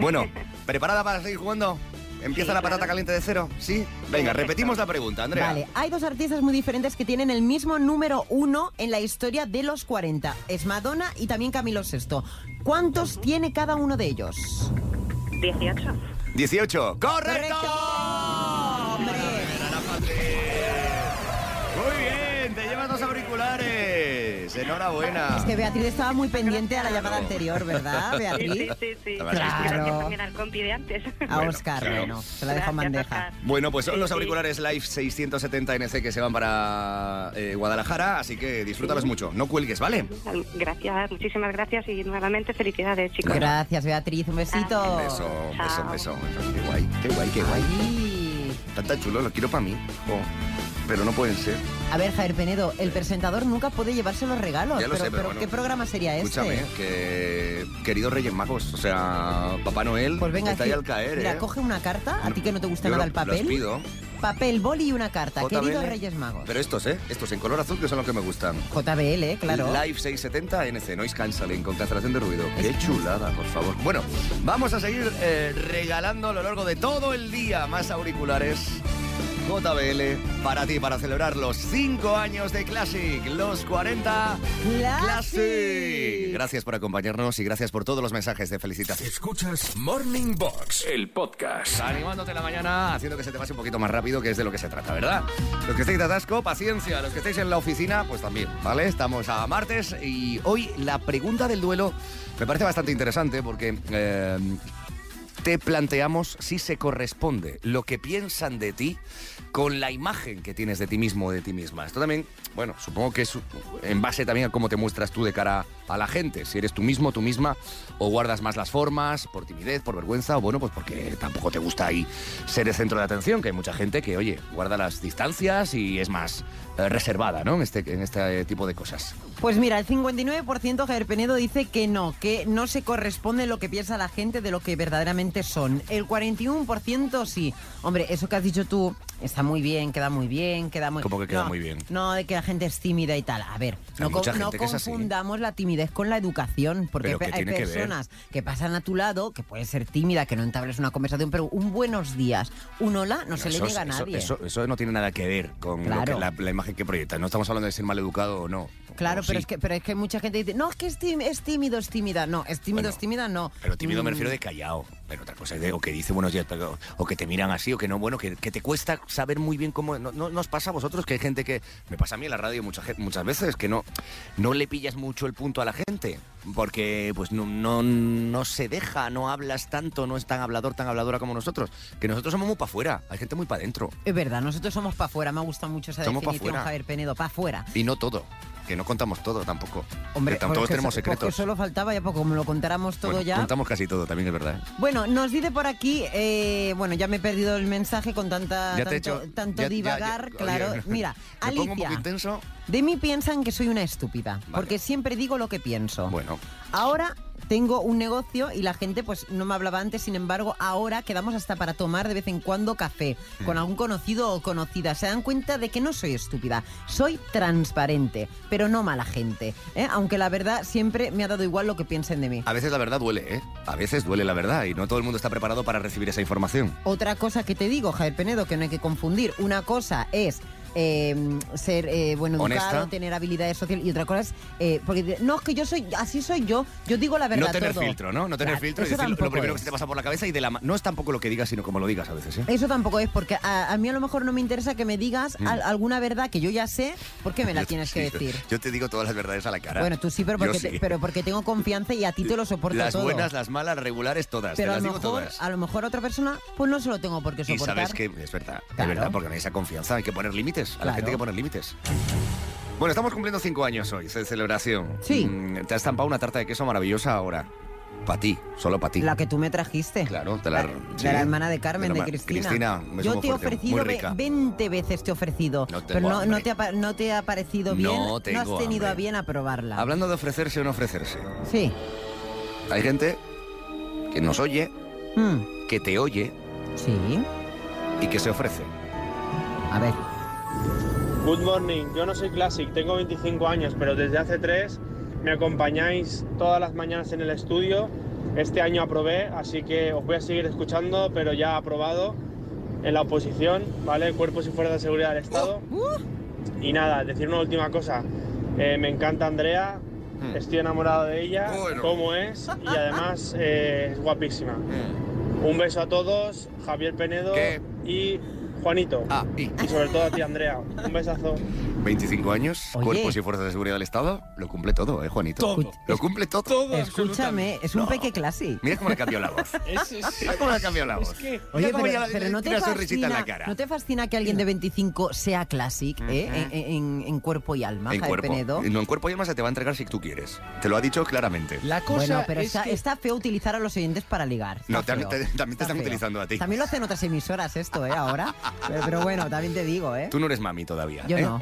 Bueno, ¿preparada para seguir jugando? ¿Empieza
Sí,
la patata
claro.
caliente de cero? ¿Sí? Venga, repetimos la pregunta, Andrea.
Vale, hay dos artistas muy diferentes que tienen el mismo número uno en la historia de los 40. Es Madonna y también Camilo Sesto. ¿Cuántos tiene cada uno de ellos?
18.
18. ¡Correcto!
¡Hombre!
Muy bien, te llevas dos auriculares. Enhorabuena.
Es que Beatriz estaba muy pendiente a la llamada anterior, ¿verdad,
Sí, sí,
Beatriz?
sí. sí.
La verdad es que
Claro.
Gracias también al compi de antes.
A Oscar,
claro.
bueno, se la dejo en
Gracias,
bandeja.
Oscar.
Bueno, pues son
Sí,
los
sí.
auriculares Live 670 NC que se van para eh, Guadalajara, así que disfrútalos mucho. No cuelgues, ¿vale?
Gracias, muchísimas gracias y nuevamente felicidades, chicos.
Gracias, Beatriz, un besito.
Un beso, un beso, un beso.
Chao.
Qué guay, qué guay, qué guay.
Ay.
Tan tan chulo, lo quiero para mí. Oh, pero no pueden ser.
A ver, Javier Penedo, el presentador nunca puede llevarse los regalos.
Ya lo
pero,
sé, pero bueno.
¿qué programa sería este?
Escúchame, que queridos Reyes Magos, o sea, Papá Noel
Pues venga,
está ahí al caer,
mira,
¿eh?
coge una carta, a ti que no te gusta
Yo
nada
lo-
el papel.
Los pido.
Papel, boli y una carta.
JBL.
Queridos Reyes Magos.
Pero estos, ¿eh? Estos en color azul que son los que me gustan.
JBL, ¿eh? claro.
Live 670 NC, Noise Canceling, con cancelación de ruido. Qué chulada, por favor. Bueno, vamos a seguir eh, regalando a lo largo de todo el día más auriculares JBL para ti, para celebrar los 5 años de Classic, los 40
Classic.
Classic. Gracias por acompañarnos y gracias por todos los mensajes de felicitación.
Escuchas Morning Box, el podcast.
Pues Animándote la mañana, haciendo que se te pase un poquito más rápido, que es de lo que se trata, ¿verdad? Los que estáis de atasco, paciencia. Los que estáis en la oficina, pues también, ¿vale? Estamos a martes y hoy la pregunta del duelo me parece bastante interesante porque eh, te planteamos si se corresponde lo que piensan de ti con la imagen que tienes de ti mismo o de ti misma. Esto también, bueno, supongo que es en base también a cómo te muestras tú de cara a la gente. Si eres tú mismo, tú misma, o guardas más las formas por timidez, por vergüenza, o bueno, pues porque tampoco te gusta ahí ser el centro de atención, que hay mucha gente que, oye, guarda las distancias y es más eh, reservada, ¿no? En este, en este tipo de cosas.
Pues mira, el 59% Javier Penedo dice que no, que no se corresponde lo que piensa la gente de lo que verdaderamente son. El 41% sí. Hombre, eso que has dicho tú está muy bien, queda muy bien, queda muy...
¿Cómo que queda
No,
muy bien?
No, de que la gente es tímida y tal. A ver,
Hay
no, co-
mucha
no
gente que es así. ¿eh?
confundamos la timidez con la educación, porque
¿Pero qué
pe- hay
tiene que ver?
personas que pasan a tu lado, que puede ser tímida, que no entables una conversación, pero un buenos días, un hola, no, se le
Eso-
niega a
eso-
nadie.
Eso, eso no tiene nada que ver con lo
Claro.
que- la, la imagen que proyectas. No estamos hablando de ser maleducado o no.
Claro,
O
pero,
Oh, sí.
es que, pero es que mucha gente dice, no, es que es, tím- es tímido, es tímida. No, es tímido,
Bueno,
es tímida, no.
Pero tímido me
Mm,
refiero de callado. Pero otra cosa es de, o que dice buenos días, pero- o que te miran así, o que no, bueno, que, que te cuesta saber muy bien cómo. No, no- ¿no os pasa a vosotros que hay gente que. Me pasa a mí en la radio mucha gen- muchas veces, que no, no le pillas mucho el punto a la gente. Porque pues no, no, no se deja, no hablas tanto, no es tan hablador, tan habladora como nosotros. Que nosotros somos muy para afuera, hay gente muy para adentro.
Es verdad, nosotros somos para afuera. Me ha gustado mucho esa
Somos pa'
definición,
fuera.
Javier Penedo, para afuera.
Y no todo. Que no contamos todo tampoco.
Hombre,
Que tam- todos
porque
tenemos
so- porque
secretos.
solo faltaba ya, porque como lo contáramos todo
Bueno,
ya.
Contamos casi todo, también es verdad. ¿eh?
Bueno, nos dice por aquí, eh, bueno, ya me he perdido el mensaje con tanta
Ya
tanto,
te he hecho-
Ah, tanto
ya- ya-
divagar,
ya-
claro.
oye,
Mira,
me pongo un poco
Alicia,
intenso.
Oh. de mí piensan que soy una estúpida, porque siempre digo lo que pienso.
Bueno.
Ahora tengo un negocio y la gente pues no me hablaba antes, sin embargo, ahora quedamos hasta para tomar de vez en cuando café
Mm.
con algún conocido o conocida. Se dan cuenta de que no soy estúpida, soy transparente, pero no mala gente. ¿eh? Aunque la verdad siempre me ha dado igual lo que piensen de mí.
A veces la verdad duele, ¿eh? A veces duele la verdad y no todo el mundo está preparado para recibir esa información.
Otra cosa que te digo, Javier Penedo, que no hay que confundir. Una cosa es eh, ser eh, bueno educado,
Honesta.
tener habilidades sociales, y otra cosa es. eh, porque de- no, es que yo soy. Así soy yo. Yo digo la verdad.
no tener
todo.
filtro, ¿no? No tener
Claro,
filtro y
eso
decir lo- lo
tampoco
primero que
es.
se te pasa por la cabeza y de la ma- No es tampoco lo que digas, sino como lo digas a veces, ¿eh?
Eso tampoco es, porque a, a mí a lo mejor no me interesa que me digas
Mm.
al- alguna verdad que yo ya sé, ¿por qué me la tienes que
Sí,
decir?
Yo te digo todas las verdades a la cara.
Bueno, tú sí, pero
Yo
porque, te-
sí.
pero porque tengo confianza y a ti te lo soporto
Las
todo.
buenas, las malas, las regulares, todas.
pero
te
a
las
lo,
digo
mejor,
todas.
a lo mejor a otra persona, pues no se lo tengo por qué
Y
soportar.
sabes que es verdad, es
Claro.
verdad, porque no hay esa confianza, hay que poner límites, a la
Claro.
gente hay que poner límites. Bueno, estamos cumpliendo cinco años hoy de celebración.
Sí.
Mm, te has estampado una tarta de queso maravillosa ahora. Para ti, solo para ti.
La que tú me trajiste.
Claro, te la... sí.
De la hermana de Carmen,
De
de,
la ma-
Cristina.
Cristina, un beso
Yo
muy
te he
fuerte,
ofrecido
muy
ve-
rica.
20 veces te he ofrecido,
No tengo
pero no, no
hambre.
te ha, pa- no te ha parecido bien,
No
has
tengo
tenido a
hambre.
bien aprobarla.
Hablando de ofrecerse o no ofrecerse.
Sí.
Hay gente que nos oye,
Mm.
que te oye.
Sí.
Y que se ofrece.
A ver.
Good morning, yo no soy Classic, tengo 25 años, pero desde hace 3 me acompañáis todas las mañanas en el estudio. Este año aprobé, así que os voy a seguir escuchando, pero ya aprobado en la oposición, ¿vale? Cuerpos y Fuerzas de Seguridad del Estado. Y nada, decir una última cosa. Eh, me encanta Andrea, estoy enamorado de ella, cómo es, y además eh, es guapísima. Un beso a todos, Javier Penedo y Juanito.
Ah, y...
sobre todo a ti, Andrea. Un besazo.
25 años, cuerpos y fuerzas de seguridad del Estado, lo cumple todo, ¿eh, Juanito?
Todo.
Lo cumple todo.
Escúchame, es un peque clase.
Mira cómo le cambió la voz. Mira cómo le cambió la voz.
Oye,
Mira cómo
pero,
ya le-
pero
le
no, te
tira sonrisita
fascina,
en la cara.
¿no te fascina que alguien de 25 sea classic eh?
Ujú.
en, en- en cuerpo y alma,
en
Javier
cuerpo.
Penedo?
No, en cuerpo y alma se te va a entregar si tú quieres. Te lo ha dicho claramente. La
bueno, pero está, está feo utilizar a los oyentes para ligar. Está
No, también
feo.
te, también te están
feo.
utilizando a ti.
También lo hacen otras emisoras esto, ¿eh? Ahora. Pero, pero bueno, también te digo, ¿eh?
Tú no eres mami todavía.
Yo
¿eh?
no.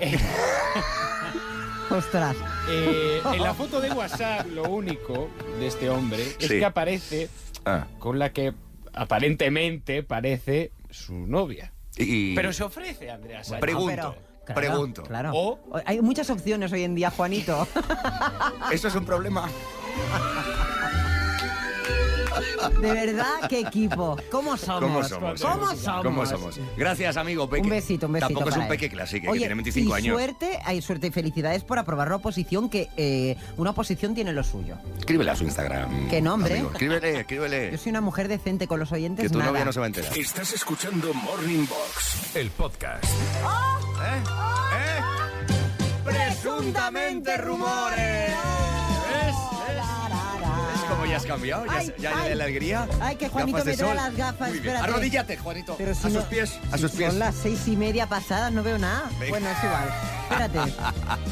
Ostras.
Eh, en la foto de WhatsApp, lo único de este hombre es
Sí.
que aparece
Ah,
con la que aparentemente parece su novia.
Y-
Pero se ofrece, Andrea Sánchez.
Pregunto,
Claro,
pregunto.
Claro. Hay muchas opciones hoy en día, Juanito.
Eso es un problema.
De verdad, qué equipo. ¿Cómo somos?
¿Cómo somos?
¿Cómo
eh?
somos?
¿Cómo somos? Gracias, amigo Peque.
Un besito, un besito.
Tampoco es
para
un
él.
Peque clásico, que
Oye,
tiene 25
y
años.
Suerte, hay suerte y felicidades por aprobar la oposición, que eh, una oposición tiene lo suyo.
Escríbele a su Instagram.
Qué nombre.
amigo. Escríbele, escríbele.
Yo soy una mujer decente con los oyentes.
Que tu
nada.
novia no se va a enterar.
Estás escuchando Morning Box, el podcast.
¿Eh? ¿Eh? Presuntamente rumores. ¿Ves? ¿Ves cómo ya has cambiado? ¿Ya,
Ay,
ya
ay.
la alegría?
Ay, que Juanito
Gafas de
me trae
sol.
las gafas.
Muy bien.
espérate.
Arrodíllate, Juanito.
Pero si
a
no-
sus pies, a
si
sus pies.
Son las seis y media pasadas, no veo nada.
Venga.
Bueno, es igual. Espérate.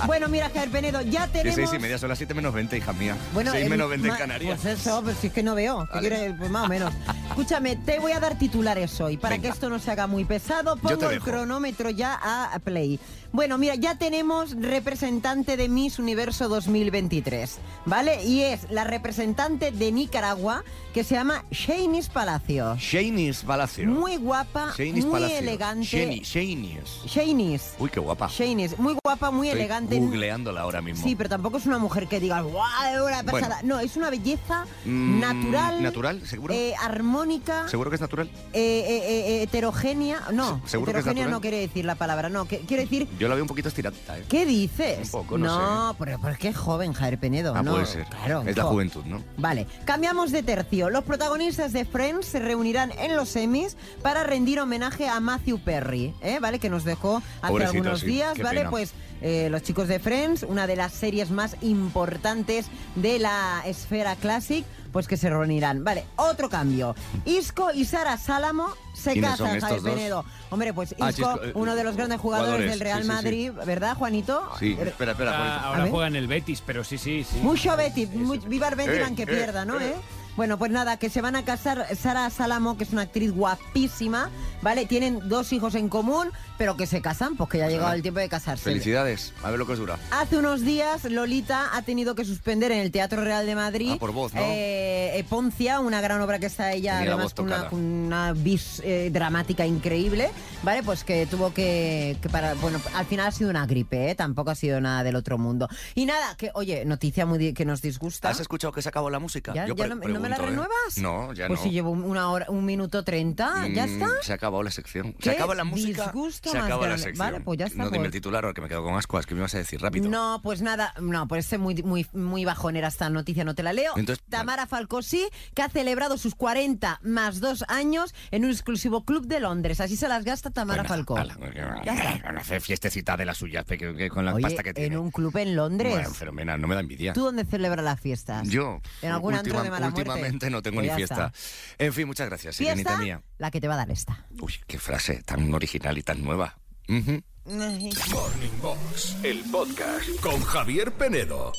bueno, mira, Javier Penedo, ya
Que
tenemos...
seis y media, son las siete menos 20, hija mía.
Bueno,
seis
em,
menos 20 en
ma-
Canarias.
Pues eso, pues si es que no veo. ¿Qué
Vale.
quieres? Pues más o menos. Escúchame, te voy a dar titulares hoy para que
Venga.
esto no se haga muy pesado.
Yo te
Pongo el
dejo.
cronómetro ya a play. Bueno, mira, ya tenemos representante de Miss Universo 2023, ¿vale? Y es la representante de Nicaragua que se llama Shanice Palacio.
Shanice Palacio.
Muy guapa,
Shanice
muy
Palacio.
elegante.
Shani- Shanice.
Shanice.
Uy, qué guapa.
Shanice, muy guapa, muy
Estoy
elegante.
googleándola ahora mismo.
Sí, pero tampoco es una mujer que diga, ¡guau, una
Bueno.
pasada! No, es una belleza
Mm,
natural.
¿Natural? ¿Seguro?
eh, armónica.
¿Seguro que es natural?
eh, eh, eh, heterogénea. No,
Se- seguro que es
heterogénea
natural.
no quiere decir la palabra, no. que- quiere decir.
Yo la veo un poquito estirada, ¿eh?
¿Qué dices?
Un poco, no sé.
pero, pero es que es joven, Javier Penedo.
Ah,
no,
puede ser.
Claro,
es la
jo-
juventud, ¿no?
Vale, cambiamos de tercio. Los protagonistas de Friends se reunirán en los Emmys para rendir homenaje a Matthew Perry, ¿eh? ¿vale? Que nos dejó hace
Pobrecito,
algunos
sí,
días,
qué
¿vale?
pena.
Pues eh, los chicos de Friends, una de las series más importantes de la esfera classic, pues que se reunirán. Vale, otro cambio. Isco y Sara Salamo se
¿Quiénes son
casan, Javier
estos dos?
Penedo. Hombre, pues Isco,
Ah, Chisco, eh,
uno de los grandes jugadores,
jugadores,
del Real
sí, sí, sí.
Madrid, ¿verdad, Juanito? Eh,
Sí, espera, espera.
Ah,
Juanito.
ahora juega en el Betis, pero sí, sí, sí.
Mucho Betis, mu- viva el Betis,
Eh,
aunque
eh,
pierda, ¿no?
eh.
eh? Bueno, pues nada, que se van a casar Sara Salamo, que es una actriz guapísima, ¿vale? Tienen dos hijos en común, pero que se casan, pues que ya ha llegado el tiempo de casarse.
Felicidades. A ver lo que os dura.
Hace unos días Lolita ha tenido que suspender en el Teatro Real de Madrid
Ah, por voz, ¿no?
eh, eh, Poncia, una gran obra que está ella
Tenía la
además
voz
con una,
tocada.
con una vis eh, dramática increíble, ¿vale? Pues que tuvo que, que para bueno, al final ha sido una gripe, ¿eh? tampoco ha sido nada del otro mundo. Y nada, que oye, noticia muy di- que nos disgusta.
¿Has escuchado que se acabó la música?
¿Ya,
Yo
ya
pre-
no, no me la
pregunto, ¿eh?
renuevas?
No, ya
pues
no.
si llevo una hora, un minuto treinta, Ah, ¿ya
Mm,
está?
Se ha acabado la sección.
¿Qué
Se acaba la música.
disgusto
se
más
acaba la
grande?
sección.
Vale, pues ya está,
No dime
pues.
el titular ahora que me quedo con ascuas, que me ibas a decir rápido.
No, pues nada, no, pues es muy, muy, muy bajonera esta noticia, no te la leo.
Entonces,
Tamara Falcó sí, que ha celebrado sus 40 más dos años en un exclusivo club de Londres. Así se las gasta Tamara Falcó.
Van a hacer fiestecita de las suyas pe- que- que- con la pasta que tiene.
En un club en Londres.
Bueno, fenomenal, no me da envidia.
¿Tú dónde celebras las fiestas?
Yo,
¿En algún antro
última-
de mala muerte?
últimamente no tengo
Pues
ni
ya
fiesta.
está.
En fin, muchas gracias, Sirenita
Fiesta,
mía.
la que te va a dar esta.
Uy, qué frase tan original y tan nueva. Ujú.
Morning Box, el podcast con Javier Penedo.